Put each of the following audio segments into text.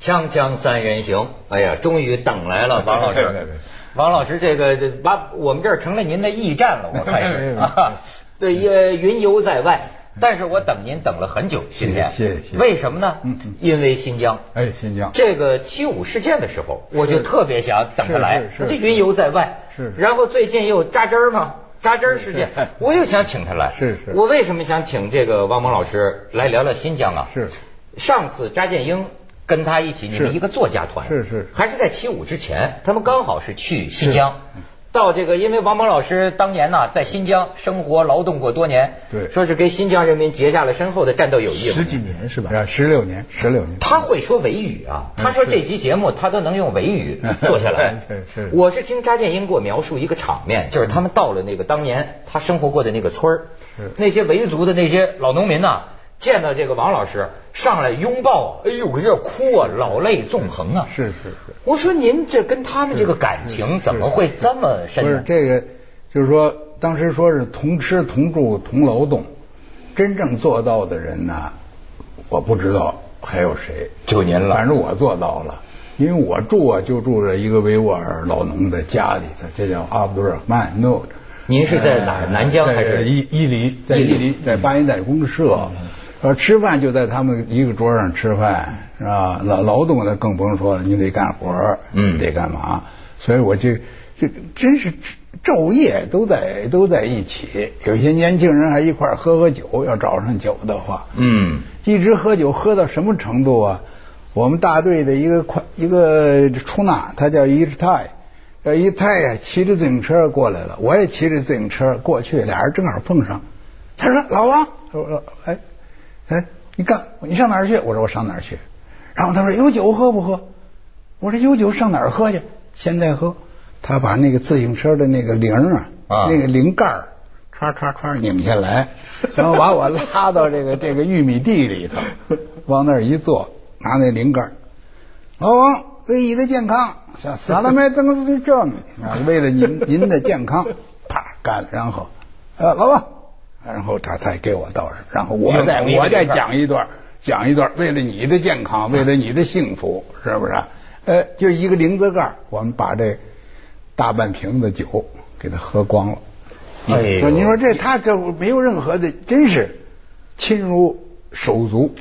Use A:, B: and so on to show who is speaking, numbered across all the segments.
A: 锵锵三人行，哎呀，终于等来了王 老
B: 别别别
A: 师。王老师，这个这把我们这儿成了您的驿站了，我 看
B: 没有没
A: 是
B: 有
A: 啊。对，
B: 哎
A: 也云游在外，但是我等您等了很久，今天
B: 谢谢谢谢
A: 为什么呢
B: 嗯嗯？
A: 因为新疆。
B: 哎，新疆，
A: 这个七五事件的时候，我就特别想等他来，
B: 是
A: 他
B: 是
A: 就云游在外。
B: 是是
A: 然后最近又扎针儿嘛，扎针儿事件
B: 是，
A: 我又想请他来。
B: 是是
A: 我为什么想请这个汪蒙老师来聊聊新疆啊？
B: 是。
A: 上次扎建英跟他一起，你们
B: 是
A: 一个作家团，
B: 是是
A: 还是在七五之前，他们刚好是去新疆。到这个，因为王蒙老师当年呢、在新疆生活劳动过多年，
B: 对
A: 说是跟新疆人民结下了深厚的战斗友谊。
C: 十几年是吧？
B: 啊，十六年，十六年。
A: 他会说维语啊，
B: 嗯
A: 他说这集节目他都能用维语做下来
B: 是。是嗯
A: 我是听查建英给我描述一个场面，就是他们到了那个当年他生活过的那个村儿
B: 是，
A: 那些维族的那些老农民呐、见到这个王老师上来拥抱啊，哎呦，我这哭啊，老泪纵横啊。
B: 是是是。
A: 我说您这跟他们这个感情怎么会这么
B: 不
A: 深啊
B: 是
A: 呢？
B: 这个，就是说，当时说是同吃同住同劳动，真正做到的人呢，我不知道还有谁。
A: 就您了
B: 反正我做到了，因为我住啊，就住在一个维吾尔老农的家里头，这叫阿布杜尔曼诺。
A: 您是在哪儿南疆还是嗯
B: 哎在伊伊犁，在伊犁，在巴音代公社。说吃饭就在他们一个桌上吃饭，是吧？劳劳动的更甭说了，你得干活儿
A: 嗯
B: 得干嘛？所以我就这真是昼夜都在都在一起。有些年轻人还一块儿喝喝酒，要找上酒的话，
A: 嗯，
B: 一直喝酒喝到什么程度啊？我们大队的一个快一个出纳，他叫伊志泰，这伊泰呀骑着自行车过来了，我也骑着自行车过去，俩人正好碰上。他说：“老王，他说哎哎，你干你上哪儿去？”我说：“我上哪儿去？”然后他说：“有酒喝不喝？”我说：“有酒上哪儿喝去？现在喝。”他把那个自行车的那个铃儿啊，
A: 啊
B: 那个铃盖儿，歘歘歘拧下来，然后把我拉到这个这个玉米地里头，往那儿一坐，拿那铃杆儿，老王为你的健康，啥啥了没？怎么是这呢？啊，为了 您您的健康，啪干了，然后呃，老王，然后他他也给我倒上，然后我再
A: 又同意了
B: 我再
A: 这事儿
B: 讲一段，讲一段，为了你的健康，为了你的幸福，是不是？啊呃，就一个零字盖儿，我们把这大半瓶子酒给他喝光了。
A: 哎呦
B: 说您说这他这没有任何的，真是亲如手足。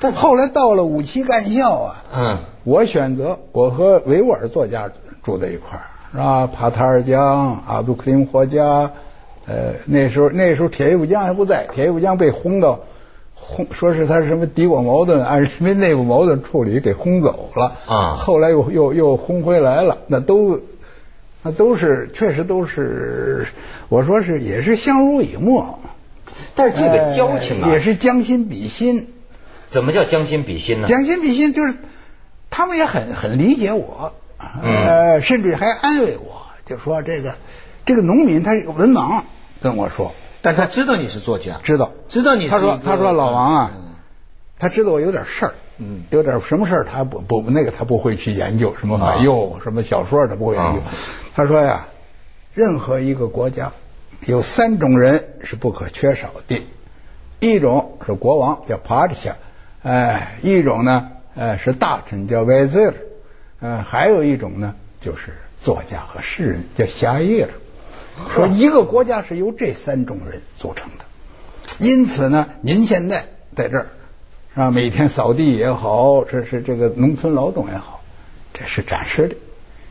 B: 但后来到了五七干校啊，
A: 嗯，
B: 我选择我和维吾尔作家住在一块儿，是吧？帕塔尔江、阿杜克林霍加，呃，那时候那时候铁一武将还不在，铁一武将被轰到轰，说是他什么敌我矛盾，按人民内部矛盾处理给轰走了
A: 啊
B: 后来又又又轰回来了，那都那都是确实都是，我说是也是相濡以沫，
A: 但是这个交情啊，
B: 呃也是将心比心。
A: 怎么叫将心比心呢？
B: 将心比心就是他们也很很理解我，
A: 嗯
B: 呃，甚至还安慰我，就说这个这个农民他是文盲，跟我说
C: 但他知道你是作家，
B: 知道
C: 知道你是
B: 他说
C: 一个
B: 他说老王啊
C: 嗯，
B: 他知道我有点事儿，
C: 嗯
B: 有点什么事儿他不不那个他不会去研究什么
C: 啊
B: 反右、什么小说他不会研究，
A: 啊
B: 他说呀，任何一个国家有三种人是不可缺少的，一种是国王叫帕里夏，哎，一种呢，呃，是大臣叫 v 兹 z 呃，还有一种呢，就是作家和诗人叫夏叶尔。说一个国家是由这三种人组成的，因此呢，您现在在这儿啊，每天扫地也好，这是这个农村劳动也好，这是暂时的。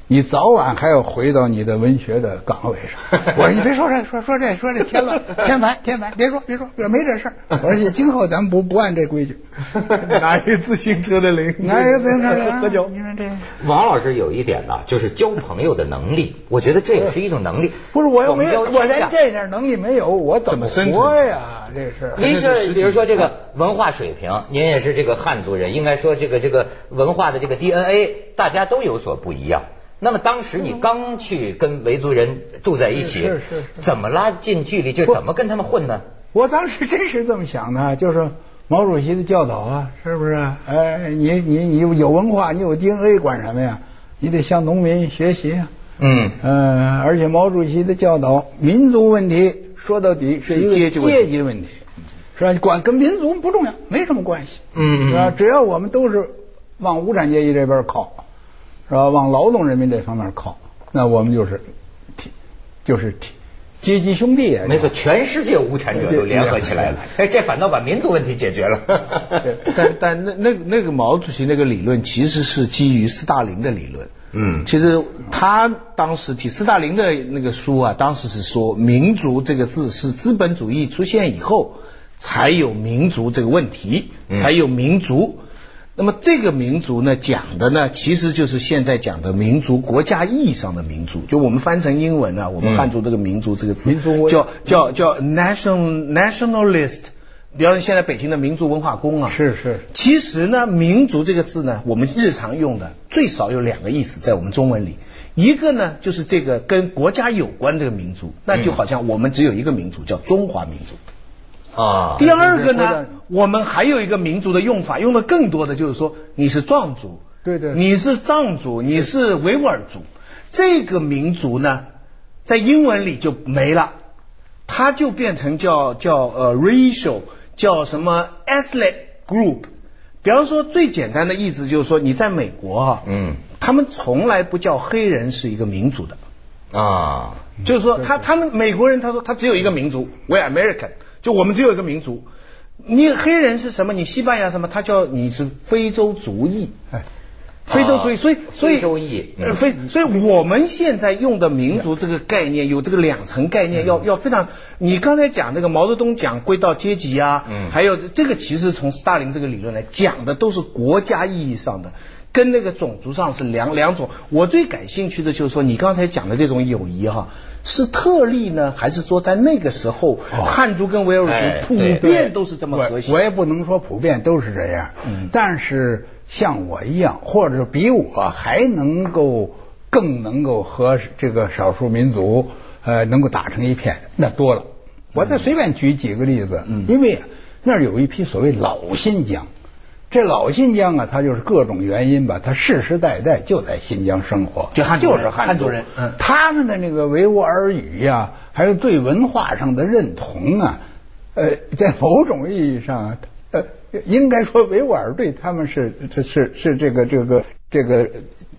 B: 你早晚还要回到你的文学的岗位上。 我说你别说这，说说这，说这添乱，添烦，添烦，别说，别说，没这事儿。我说今后咱们不不按这 规矩，
C: 拿一自行车的铃，
B: 拿一个自行车铃
C: 喝酒。
B: 你说这
A: 王老师有一点呢，就是交朋友的能力，我觉得这也是一种能力。
B: 嗯不是我又没有，
A: 们要
B: 我
A: 天下
B: 连这点能力没有，我怎
C: 怎
B: 么
C: 么生存
B: 活呀？这是。
A: 您
C: 还是
A: 是
C: 十几
A: 比如说这个文化水平，您也是这个汉族人，应该说这个这个文化的这个 DNA，大家都有所不一样。那么当时你刚去跟维族人住在一起，
B: 嗯是是是是
A: 怎么拉近距离，就
B: 不
A: 怎么跟他们混呢？
B: 我当时真是这么想的，啊就是毛主席的教导啊，是不是？哎，你你你有文化，你有 DNA，管什么呀？你得向农民学习啊。
A: 嗯，
B: 嗯，而且毛主席的教导，民族问题说到底是一个
C: 是阶级问题
B: 阶级问题，是吧？管跟民族不重要，没什么关系。
A: 嗯嗯
B: 是吧？只要我们都是往无产阶级这边靠，是吧？往劳动人民这方面靠，那我们就是体，就是体阶级兄弟啊！
A: 没错，全世界无产者都联合起
B: 嗯
A: 来了，哎，这反倒把民族问题解决了。
C: 但但那那那个毛主席那个理论其实是基于斯大林的理论。
A: 嗯
C: 其实他当时提斯大林的那个书啊，当时是说“民族”这个字是资本主义出现以后才有民族这个问题，
A: 嗯
C: 才有民族。那么这个民族呢，讲的呢，其实就是现在讲的民族，国家意义上的民族。就我们翻成英文啊，我
A: 嗯
C: 们汉族这个“民族”这个字，
B: 民族文
C: 叫叫叫 national nationalist。比方说现在北京的民族文化宫啊，
B: 是是
C: 其实呢，民族这个字呢，我们日常用的最少有两个意思，在我们中文里，一个呢就是这个跟国家有关这个民族，
B: 嗯
C: 那就好像我们只有一个民族叫中华民族。
A: 啊，
C: 第二个
B: 就是说
C: 呢
B: 的，
C: 我们还有一个民族的用法，用的更多的就是说你是壮族，
B: 对对
C: 你是藏族，你是维吾尔族，这个民族呢，在英文里就没了，它就变成叫叫呃 racial，叫什么 ethnic group。比方说最简单的意思就是说你在美国啊，
A: 嗯
C: 他们从来不叫黑人是一个民族的，
A: 啊，
C: 就是说他他们美国人他说他只有一个民族，We are American，就我们只有一个民族。你黑人是什么？你西班牙什么？他叫你是非洲族裔，
B: 哎，
C: 非洲族
A: 啊
C: 裔，所以所以
A: 非洲裔嗯
C: 呃非所以我们现在用的民族这个概念有这个两层概
A: 嗯
C: 念，要要非常。你刚才讲那个毛泽东讲归到阶级啊，
A: 嗯
C: 还有这这个其实从斯大林这个理论来讲的都是国家意义上的。跟那个种族上是两两种，我最感兴趣的就是说，你刚才讲的这种友谊哈、是特例呢，还是说在那个时候，汉族跟维吾
A: 哦哎
C: 尔族普
A: 对
C: 遍都是这么和
B: 我
C: 谐？嗯
B: 我也不能说普遍都是这样，但是像我一样，或者比我还能够更能够和这个少数民族呃能够打成一片，那多
C: 嗯
B: 了。我再随便举几个例子，因为那儿有一批所谓老新疆。这老新疆啊，它就是各种原因吧，它世世代代就在新疆生活，
C: 就汉族人
B: 是汉
C: 汉族人嗯
B: 他们的那个维吾尔语呀、还有对文化上的认同啊，呃，在某种意义上，呃，应该说维吾尔对他们是是是是这个这个这个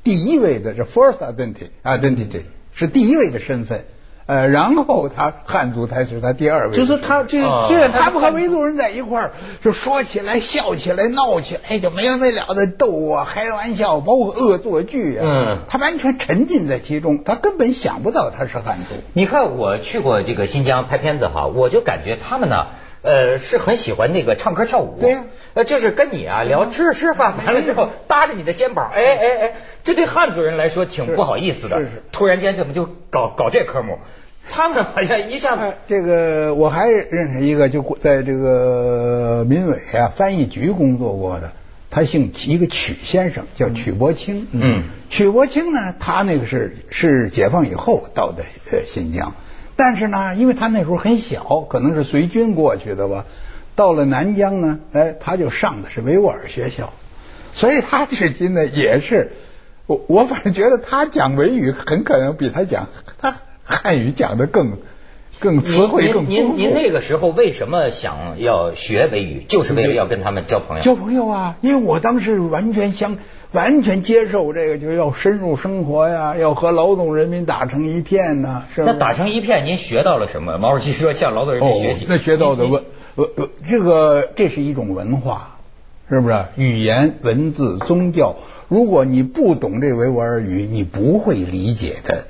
B: 第一位的，这 first identity identity 是第一位的身份，呃，然后他汉族才是他第二位的
C: 就
B: 身份，
C: 是说他就是
A: 啊
C: 虽然他
B: 他
C: 不
B: 们和维族人在一块儿，就说起来、笑起来、闹起来，就没完没了的斗啊、开玩笑，包括恶作剧啊。
A: 嗯
B: 他完全沉浸在其中，他根本想不到他是汉族。
A: 你看我去过这个新疆拍片子哈，我就感觉他们呢。呃，是很喜欢那个唱歌跳舞，
B: 对呀嗯
A: 呃，就是跟你啊聊吃吃饭，完了之后搭着你的肩膀，哎哎哎，这对汉族人来说挺
B: 是
A: 不好意思的，
B: 嗯是是
A: 突然间怎么就搞搞这科目？他们好像一下
B: 哎
A: 子，
B: 这个我还认识一个，就在这个民委啊翻译局工作过的，他姓曲一个曲先生，叫曲伯清。
A: 嗯
B: 曲伯清呢，他那个是是解放以后到的呃新疆，但是呢，因为他那时候很小，可能是随军过去的吧，到了南疆呢，哎，他就上的是维吾尔学校，所以他至今呢也是，我我反正觉得他讲维语很可能比他讲他汉语讲的更更词汇更
A: 您您
B: 丰
A: 您
B: 富。
A: 那个时候为什么想要学维语？就是为了要跟他们交朋友。
B: 交朋友啊，因为我当时完全相完全接受这个，就要深入生活呀，要和劳动人民打成一片呐、是吧？
A: 那打成一片，您学到了什么？毛主席说向劳动人民学习，
B: 哦、那学到的
A: 你
B: 文，呃呃，这个这是一种文化，是不是？语言、文字、宗教，如果你不懂这维吾尔语，你不会理解的。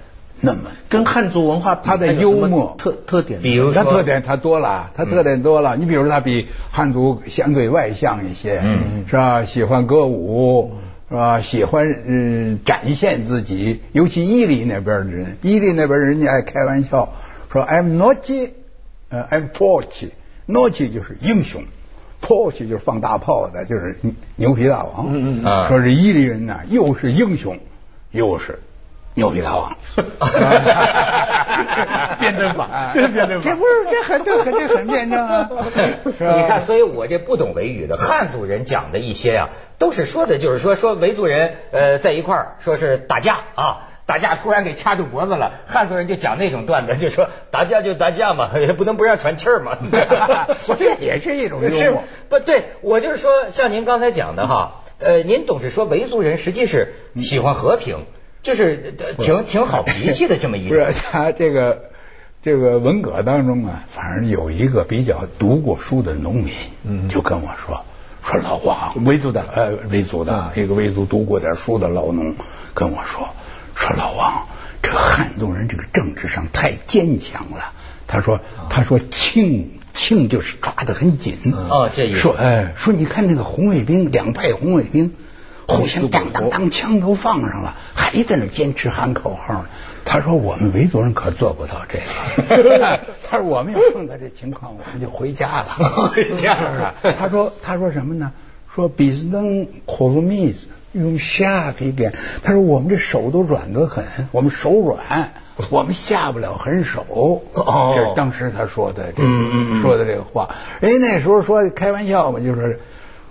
B: 那么，
C: 跟汉族文化比
B: 他的
C: 还有什
B: 幽
C: 么
B: 默
C: 特特点呢，
A: 比如说
B: 它特点它多了，它特点多了。你比如说，它比汉族相对外向一些，
A: 嗯
B: 是吧？喜欢歌舞，是吧？喜欢嗯展现自己，尤其伊犁那边的人，伊犁那边人家爱开玩笑说 “I'm Nochi”，呃，“I'm Pochi”，Nochi 就是英雄。Pochi 就是放大炮的，就是牛皮大王。
C: 嗯
A: 嗯嗯
B: 说这伊犁人呢，又是英雄，又是牛皮大 王。
C: 辩证法这是辩证法
B: 这不是这很这很这很辩证 啊， 是吧？
A: 你看，所以我这不懂维语的汉族人讲的一些呀、都是说的，就是说说维族人呃在一块儿说是打架啊，打架突然给掐住脖子了，汉族人就讲那种段子，就说打架就打架嘛， 不能不让喘气儿嘛。
B: 我这也是一种幽默
A: 是不对，我就是说，像您刚才讲的哈，呃，您总是说维族人实际是喜欢和平，就是呃挺挺好脾气的这么一
B: 不
A: 种
B: 是。他这个这个文革当中啊，反正有一个比较读过书的农民，
D: 嗯
B: 就跟我说说老王，
D: 维族的
B: 呃，维族的、
D: 啊
B: 一个维族读过点书的老农跟我说说老王，这汉族人这个政治上太坚强了。他说
D: 啊
B: 他说庆庆就是抓得很紧，
D: 啊
A: 哦这意思
B: 说哎说你看那个红卫兵两派红卫兵。互相当当当，枪都放上了，还在那儿坚持喊口号呢。他说：“我们维族人可做不到这 个。”他说：“我们要碰到这情况，我们就回家了。
A: 回家了
B: 他说：“他说什么呢？说比斯登口鲁密斯用下皮点。他说我们这手都软得很，我们手软，我们下不了狠手。
A: 哦
B: 这是当时他说的这个
A: 嗯嗯嗯
B: 说的这个话。人家那时候说开玩笑嘛，就是。”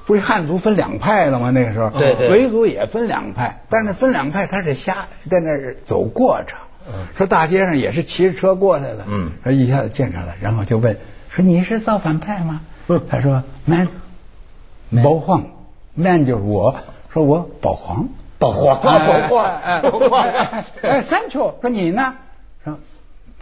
B: 不是汉族分两派了吗？那个时候，
A: 对对
B: 维族也分两派，但是分两派他得瞎在那儿走过场。说大街上也是骑着车过来了，
A: 嗯
B: 说一下子见上了，然后就问说你是造反派吗？他说 man，
A: 嗯 Man
B: 保皇，man 就是我，说我保皇，
A: 保皇
B: 哎
A: 保皇
B: 哎
A: 保皇
B: 哎哎哎，Sancho 说你呢？说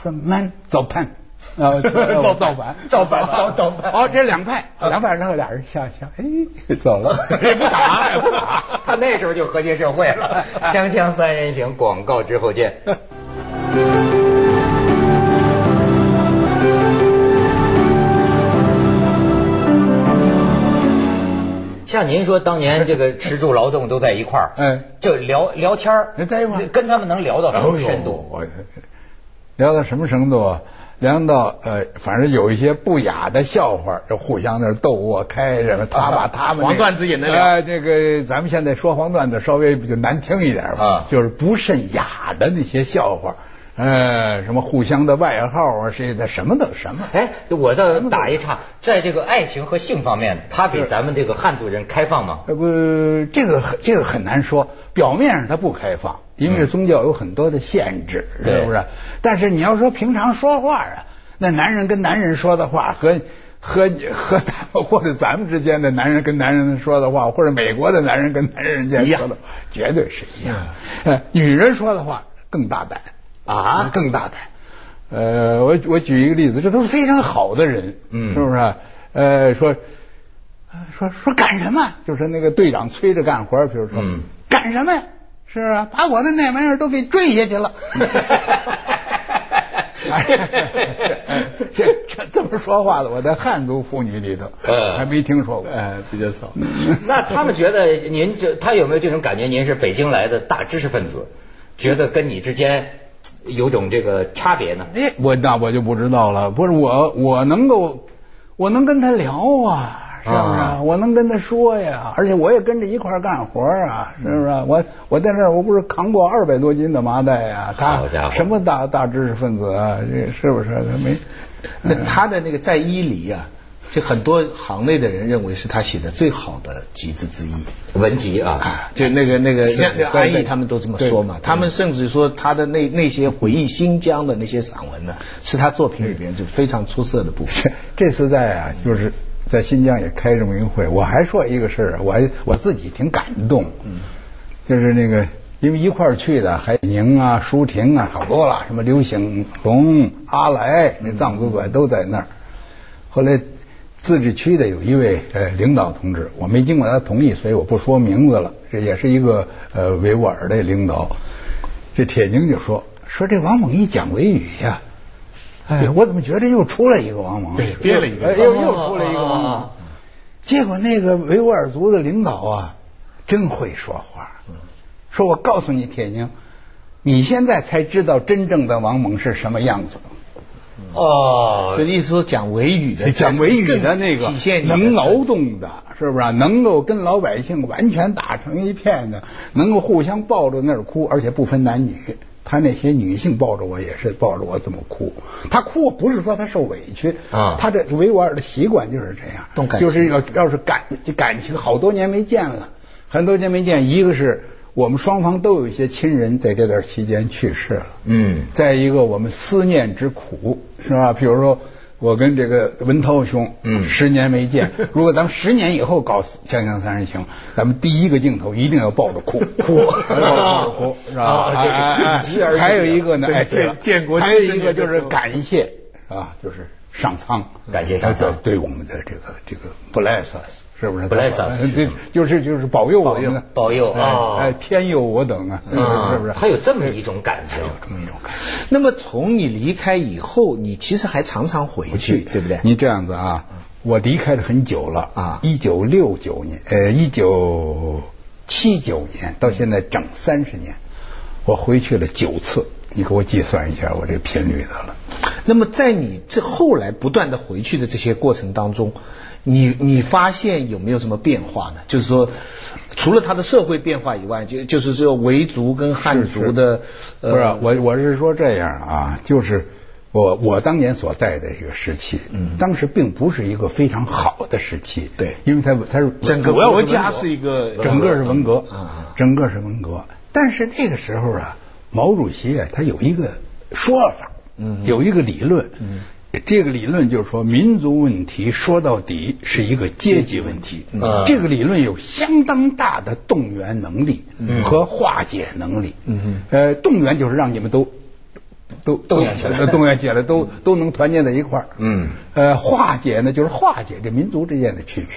B: 说 man 造反。呃，
A: 造
B: 造反，
A: 造反造造反
B: 哦，这两派，两派，然后俩人笑一笑，哎，走了，也不打，也不打。
A: 他那时候就和谐社会了。 锵锵三人行，广告之后见。像您说，当年这个吃住劳动都在一块儿，
B: 嗯，
A: 就聊聊天儿，
B: 在一块儿
A: 跟他们能聊到什么深度？
B: 哎呦我聊到什么程度啊？聊到呃，反正有一些不雅的笑话，就互相那儿斗我开什么，他把他们、那个
D: 黄段子也能聊
B: 哎这个咱们现在说黄段子稍微就难听一点吧
A: 啊，
B: 就是不甚雅的那些笑话，呃，什么互相的外号啊，谁的什么的什么。
A: 哎，我倒打一岔，在这个爱情和性方面，他比
B: 是
A: 咱们这个汉族人开放吗？
B: 呃不，这个这个很难说。表面上它不开放，因为这宗教有很多的限制，是不是
A: 对？
B: 但是你要说平常说话啊，那男人跟男人说的话和。和和咱们或者咱们之间的男人跟男人说的话，或者美国的男人跟男人之间说的话，绝对是一样。呃，女人说的话更大胆
A: 啊
B: 更大胆。呃，我我举一个例子，这都是非常好的人，
A: 嗯
B: 是不是？呃，说啊说说干什么？就是那个队长催着干活，比如说、
A: 嗯
B: 干什么呀？是啊，把我的那玩意儿都给坠下去 了。哎这这这么说话的，我在汉族妇女里头
A: 嗯
B: 还没听说过。嗯
D: 哎，比较少。
A: 那他们觉得您这，他有没有这种感觉？您是北京来的大知识分子，觉得跟你之间有种这个差别呢？
B: 哎，我那我就不知道了。不是我，我能够，我能跟他聊啊，是不是？
A: 啊
B: 我能跟他说呀，而且我也跟着一块儿干活啊，是不是？我我在那儿，我不是扛过二百多斤的麻袋呀、
A: 好家伙
B: 他什么大大知识分子啊？这是不是？他 没。
C: 那他的那个在伊犁啊，就很多行内的人认为是他写的最好的集子之一
A: 文集啊，
C: 啊，就那个那个像
D: 对
C: 安逸他们都这么说嘛，他们甚至说他的那那些回忆新疆的那些散文呢，是他作品里边就非常出色的部 分。
B: 这次在啊，就是在新疆也开这么一个会，我还说一个事儿，啊我还我自己挺感动，就是那个因为一块儿去的，还有宁啊、舒婷啊，好多了，什么刘醒龙、阿来，那藏族馆都在那儿。后来自治区的有一位呃领导同志，我没经过他同意，所以我不说名字了。这也是一个呃维吾尔的领导。这铁凝就说说这王猛一讲维语呀、哎，我怎么觉得又出来一个王猛？
D: 对憋了一个哦
B: 哎又又出来一个王
A: 啊啊
B: 猛
A: 啊。
B: 结果那个维吾尔族的领导啊，真会说话。说我告诉你，铁凝，你现在才知道真正的王猛是什么样子。
A: 哦
C: 所，以意思说 讲维语 的，
B: 讲维语的那个
C: 体现你的
B: 能劳动的，是不是啊、能够跟老百姓完全打成一片的，能够互相抱着那儿哭，而且不分男女。他那些女性抱着我也是抱着我这么哭，他哭不是说他受委屈
A: 啊
B: 他这维吾尔的习惯就是这样，
C: 动感情
B: 就是要要是感感情好多年没见了，很多年没见，一个是。我们双方都有一些亲人在这段期间去世了。
A: 嗯
B: 再一个，我们思念之苦是吧？比如说，我跟这个文涛兄，
A: 嗯
B: 十年 没见，如果咱们十年以后搞《锵锵三人行》，咱们第一个镜头一定要抱着 哭哭，抱着哭是吧？
A: 啊
B: 哎哎 哎
A: 这是喜极而泣啊
B: 还有一个呢，
C: 对
B: 哎，对了
C: 建建国
B: 还有
C: 70
B: 一个
C: 年的
B: 就
C: 时
B: 是
C: 候
B: 感谢啊，就是上苍，
A: 感谢上苍
B: 对对我们的这个这个 bless us。是不是
A: Bless us，
B: 对，就是就是保佑我们的，
A: 保佑保佑
B: 哎
A: 哦
B: 哎，天佑我等啊，是不是？
A: 他有这么一种感情，
B: 这么一种感觉。
C: 那么从你离开以后，你其实还常常回去，对不对？
B: 你这样子啊，我离开了很久了
C: 啊
B: 一九六九年，呃，一九七九年到现在整三十年，我回去了九次。你给我计算一下我这个频率得了。
C: 那么在你这后来不断的回去的这些过程当中，你你发现有没有什么变化呢？就是说，除了他的社会变化以外，就就是说维族跟汉族的
B: 不
C: 呃
B: 是，啊我我是说这样啊，就是我我当年所在的这个时期，嗯，当时并不是一个非常好的时期，
C: 对
B: 因为它它是
C: 整个
B: 主要
C: 国
B: 文
C: 家
B: 革
C: 是一个
B: 整个是文革
C: 啊啊，
B: 整个是文革。但是那个时候啊，毛主席啊，他有一个说法，
C: 嗯
B: 有一个理论，嗯。这个理论就是说，民族问题说到底是一个阶级问题。
A: 嗯嗯
B: 这个理论有相当大的动员能力
A: 嗯
B: 和化解能力。
C: 嗯哼
B: 呃，动员就是让你们都都
A: 动员起来
B: 呃动员起来，都都能团结在一块儿。
A: 嗯，
B: 呃，化解呢，就是化解这民族之间的区别，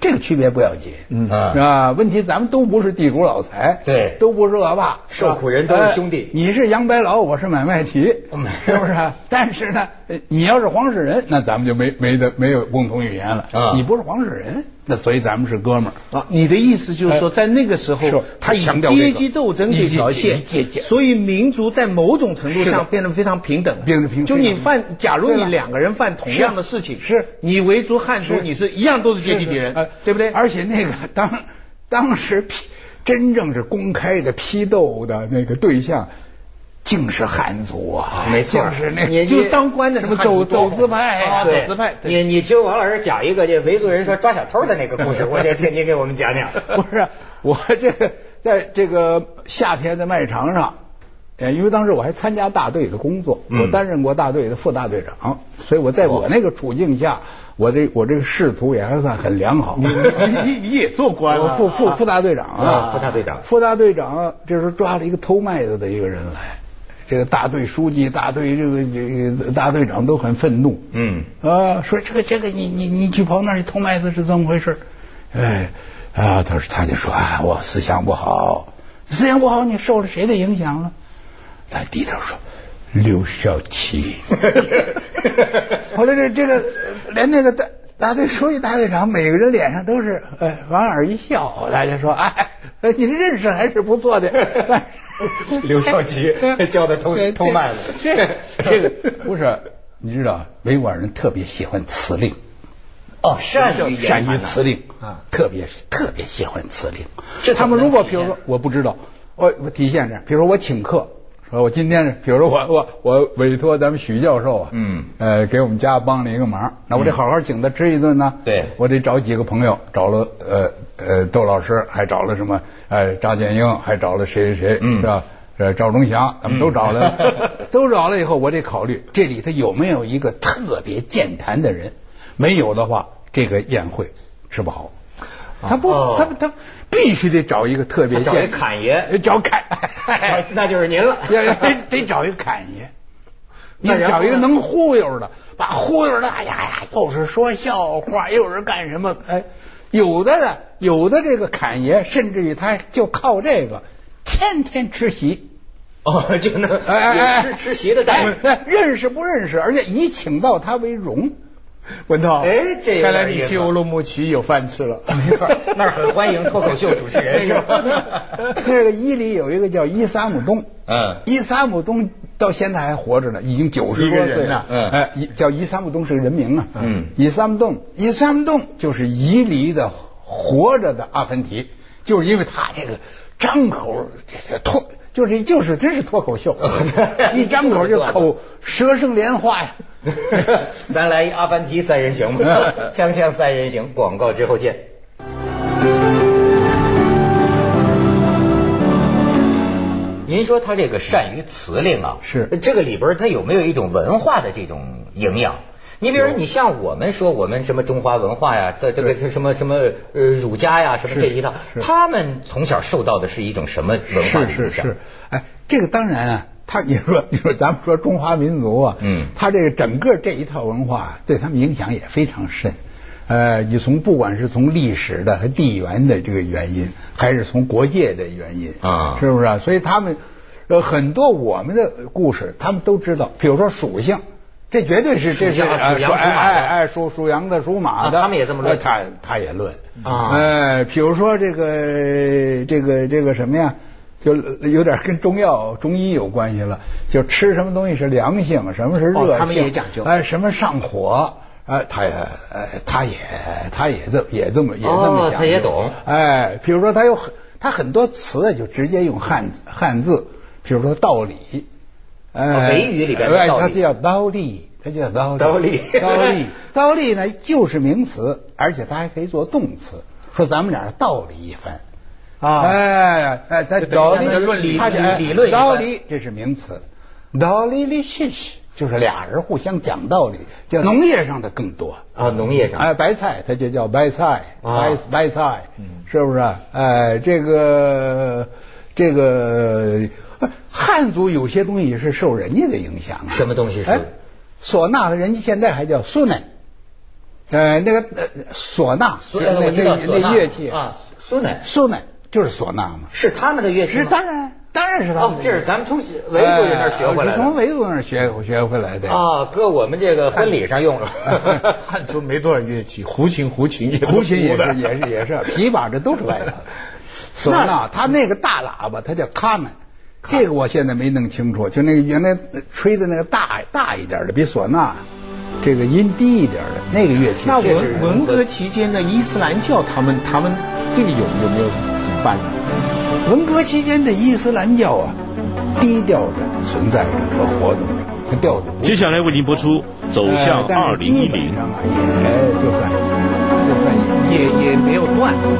B: 这个区别不要紧。
C: 嗯
A: 啊
B: 是吧？问题咱们都不是地主老财，
A: 对
B: 都不是恶霸，是吧
A: 受苦人都是兄弟
B: 呃你是杨白劳，我是买卖提
A: 嗯，
B: 是不是啊？但是呢，呃你要是黄世仁，那咱们就没没得没有共同语言了。
A: 啊
B: 你不是黄世仁，那所以咱们是哥们儿。
C: 啊，你的意思就是说，
B: 哎
C: 在那个
B: 是
C: 时候，他以
B: 强调这个
C: 阶级斗争这条线
B: 以阶级，
C: 所以民族在某种程度
B: 是的
C: 上变得非常平等。啊
B: 变得平
C: 就
B: 非
C: 你
B: 常平
C: 犯，
B: 等
C: 假如你
B: 对了
C: 两个人犯同样的事情，
B: 是是
C: 你维族、汉族，
B: 是
C: 你是一样都是阶级敌人
B: 是是呃，
C: 对不对？
B: 而且那个当当时批真正是公开的批斗的那个对象。竟是汉族啊，
A: 没错
B: 就是那
A: 你
C: 就当官的是
B: 什么
C: 汉族
B: 走
C: 多
B: 走资派
C: 啊
B: 啊，走
C: 对走资派对
A: 你哎你听王老师讲一个这维族人说抓小偷的那个故事，我得听您给我们讲讲。
B: 不是，啊我这个在这个夏天的麦场上，呃，因为当时我还参加大队的工作，
A: 嗯
B: 我担任过大队的副大队长，所以我
C: 哦
B: 在我那个处境下，我这我这个仕途也还算很良好。
C: 你你也做官啊
B: 我
C: 了，
B: 副副副大队长
A: 啊
B: 啊，
A: 副大队长
B: 副大队长这时候抓了一个偷麦子的一个人来，这个大队书记、大队这个这个大队长都很愤怒，
A: 嗯
B: 啊，说这个这个你你你去跑那儿偷麦子是怎么回事？哎啊，他说他就说啊，我思想不好，思想不好，你受了谁的影响了？他低头说刘少奇。后来这这个连那个大大队书记、大队长，每个人脸上都是哎莞尔一笑，大家说哎，您认识还是不错的。但 是
A: 刘少奇 教他偷
B: 对
A: 偷麦子
B: 这这个不是，你知道维吾尔人特别喜欢辞令。
A: 哦，善于
B: 善于辞令
C: 啊
B: 特别特别喜欢辞令。
A: 这
B: 他
A: 怎么
B: 们
A: 能
B: 如果
A: 体
B: 比如
A: 现
B: 说我不知道，我我体现这，比如说我请客，说我今天比如说我我我委托咱们许教授啊，
A: 嗯
B: 呃，给我们家帮了一个忙，那我得好好请他吃一顿呢。
A: 对
B: 我得找几个朋友，找了呃呃窦老师，还找了什么呃查建英，还找了谁谁谁，
A: 嗯
B: 是吧？呃，赵忠祥，咱们都找来了，嗯 都找了以后，我得考虑这里头有没有一个特别健谈的人，没有的话，这个宴会吃不好。他不，
A: 哦
B: 他不他必须得找一个特别
A: 找
B: 健，呃
A: 一侃爷
B: 找侃，
A: 那就是您了。
B: 要要得得找一个侃 爷，你
A: 那然后
B: 找
A: 呢
B: 一个能忽悠的，把忽悠的，哎呀呀，又是说笑话，又是干什么？哎，有的呢，有的这个侃爷，甚至于他就靠这个天天吃席，
A: 哦，就能
B: 哎哎哎，
A: 吃吃席的待
B: 哎
A: 遇。
B: 哎，认识不认识，而且以请到他为荣。
C: 文涛，
A: 哎这有点
C: 看来你
A: 意思
C: 去欧罗木齐有饭吃了，哎
A: 没错，那儿很欢迎脱口秀主持 人，是
B: 那
A: 吧
B: 个？ 那个伊犁有一个叫伊萨姆东，
A: 嗯
B: 伊萨姆东到现在还活着呢，已经九
C: 是一
B: 十多
C: 个人
B: 岁了
C: 呐。
A: 嗯
B: 哎，伊叫伊萨姆东是个人名啊。
A: 嗯，
B: 伊萨姆东，伊萨姆东就是伊犁的活着的阿凡提，就是因为他这个张口这这脱，就是就是真是脱口秀 一张口就口舌生莲花呀。
A: 咱来一阿凡提三人行 吧，锵锵三人行，广告之后见。您说他这个善于辞令啊，
B: 是
A: 这个里边他有没有一种文化的这种营养？你比如说，你像我们说我们什么中华文化呀，这这个这什么什么呃儒家呀，什么这一套，
B: 是是
A: 他们从小受到的是一种什么文化的
B: 是
A: 影
B: 是
A: 响
B: 是？，哎，这个当然啊，他你说你说咱们说中华民族啊，
A: 嗯
B: 他这个整个这一套文化啊对他们影响也非常深。呃，你从不管是从历史的和地缘的这个原因，还是从国界的原因
A: 啊
B: 是不是啊？所以他们呃很多我们的故事，他们都知道，比如说属性。这绝对是这
A: 属
B: 是
A: 相
B: 哎
A: 属羊属马的
B: 哎哎哎属属羊的属马的，
A: 啊他们也这么论
B: 呃他他也论
A: 啊
B: 哎，比如说这个这个这个什么呀，就有点跟中药中医有关系了，就吃什么东西是凉性，什么是热性，
C: 哦他们也讲究
B: 哎，什么上火。哎，他也，哎，他也，他也这也这么也这么
A: 哦
B: 讲究
A: 他也懂
B: 哎，比如说他有很，他很多词啊，就直接用汉字汉字，比如说道理，
A: 哦
B: 哎，
A: 维语里边的
B: 哎
A: 道理
B: 它就叫道理，它就叫道理。
A: 道 理
B: 道理，道理呢就是名词，而且它还可以做动词。说咱们俩道理一番
C: 啊
B: 哎哎，它
A: 就等于
B: 道理
A: 相当于论理
B: 它就哎
A: 理论一番
B: 道理这是名词，道理里是就是俩人互相讲道理，叫农业上的更多。
A: 啊，农业上
B: 哎，白菜它就叫白菜，
A: 啊嗯
B: 白白菜，是不是？哎，这个这个呃汉族有些东西是受人家的影响啊。
A: 什么东西是
B: 哎唢呐，人家现在还叫苏奈。呃，那个呃唢呐，
A: 所以
B: 那
A: 呃我知道
B: 那
A: 唢呐
B: 那乐器
A: 啊，苏南
B: 苏奈就是唢呐嘛。
A: 是他们的乐器吗
B: 是当然，当然是他们
A: 哦
B: 的乐器。
A: 这是咱们从维吾尔那儿学回来的
B: 哎是从维吾尔那儿学学回来的。
A: 啊，搁我们这个婚礼上用了。
C: 汉族没多少乐器，胡琴胡琴也
B: 胡琴也是也是也是，琵琶这都是 外国的。唢呐，他那个大喇叭，它叫卡门，这个我现在没弄清楚，就那个原来吹的那个大大一点的，比唢呐这个音低一点的那个乐器。
C: 那
A: 这是
C: 文文革期间的伊斯兰教，他们他们这个有有没有怎么办呢？
B: 文革期间的伊斯兰教啊，低调着存在着和活动着，它调子不
D: 接下来为您播出《走向
B: 呃但
D: 二
B: 是
D: 零一
B: 基
D: 零
B: 本》上。啊，也就算就算。
C: 也也没有断。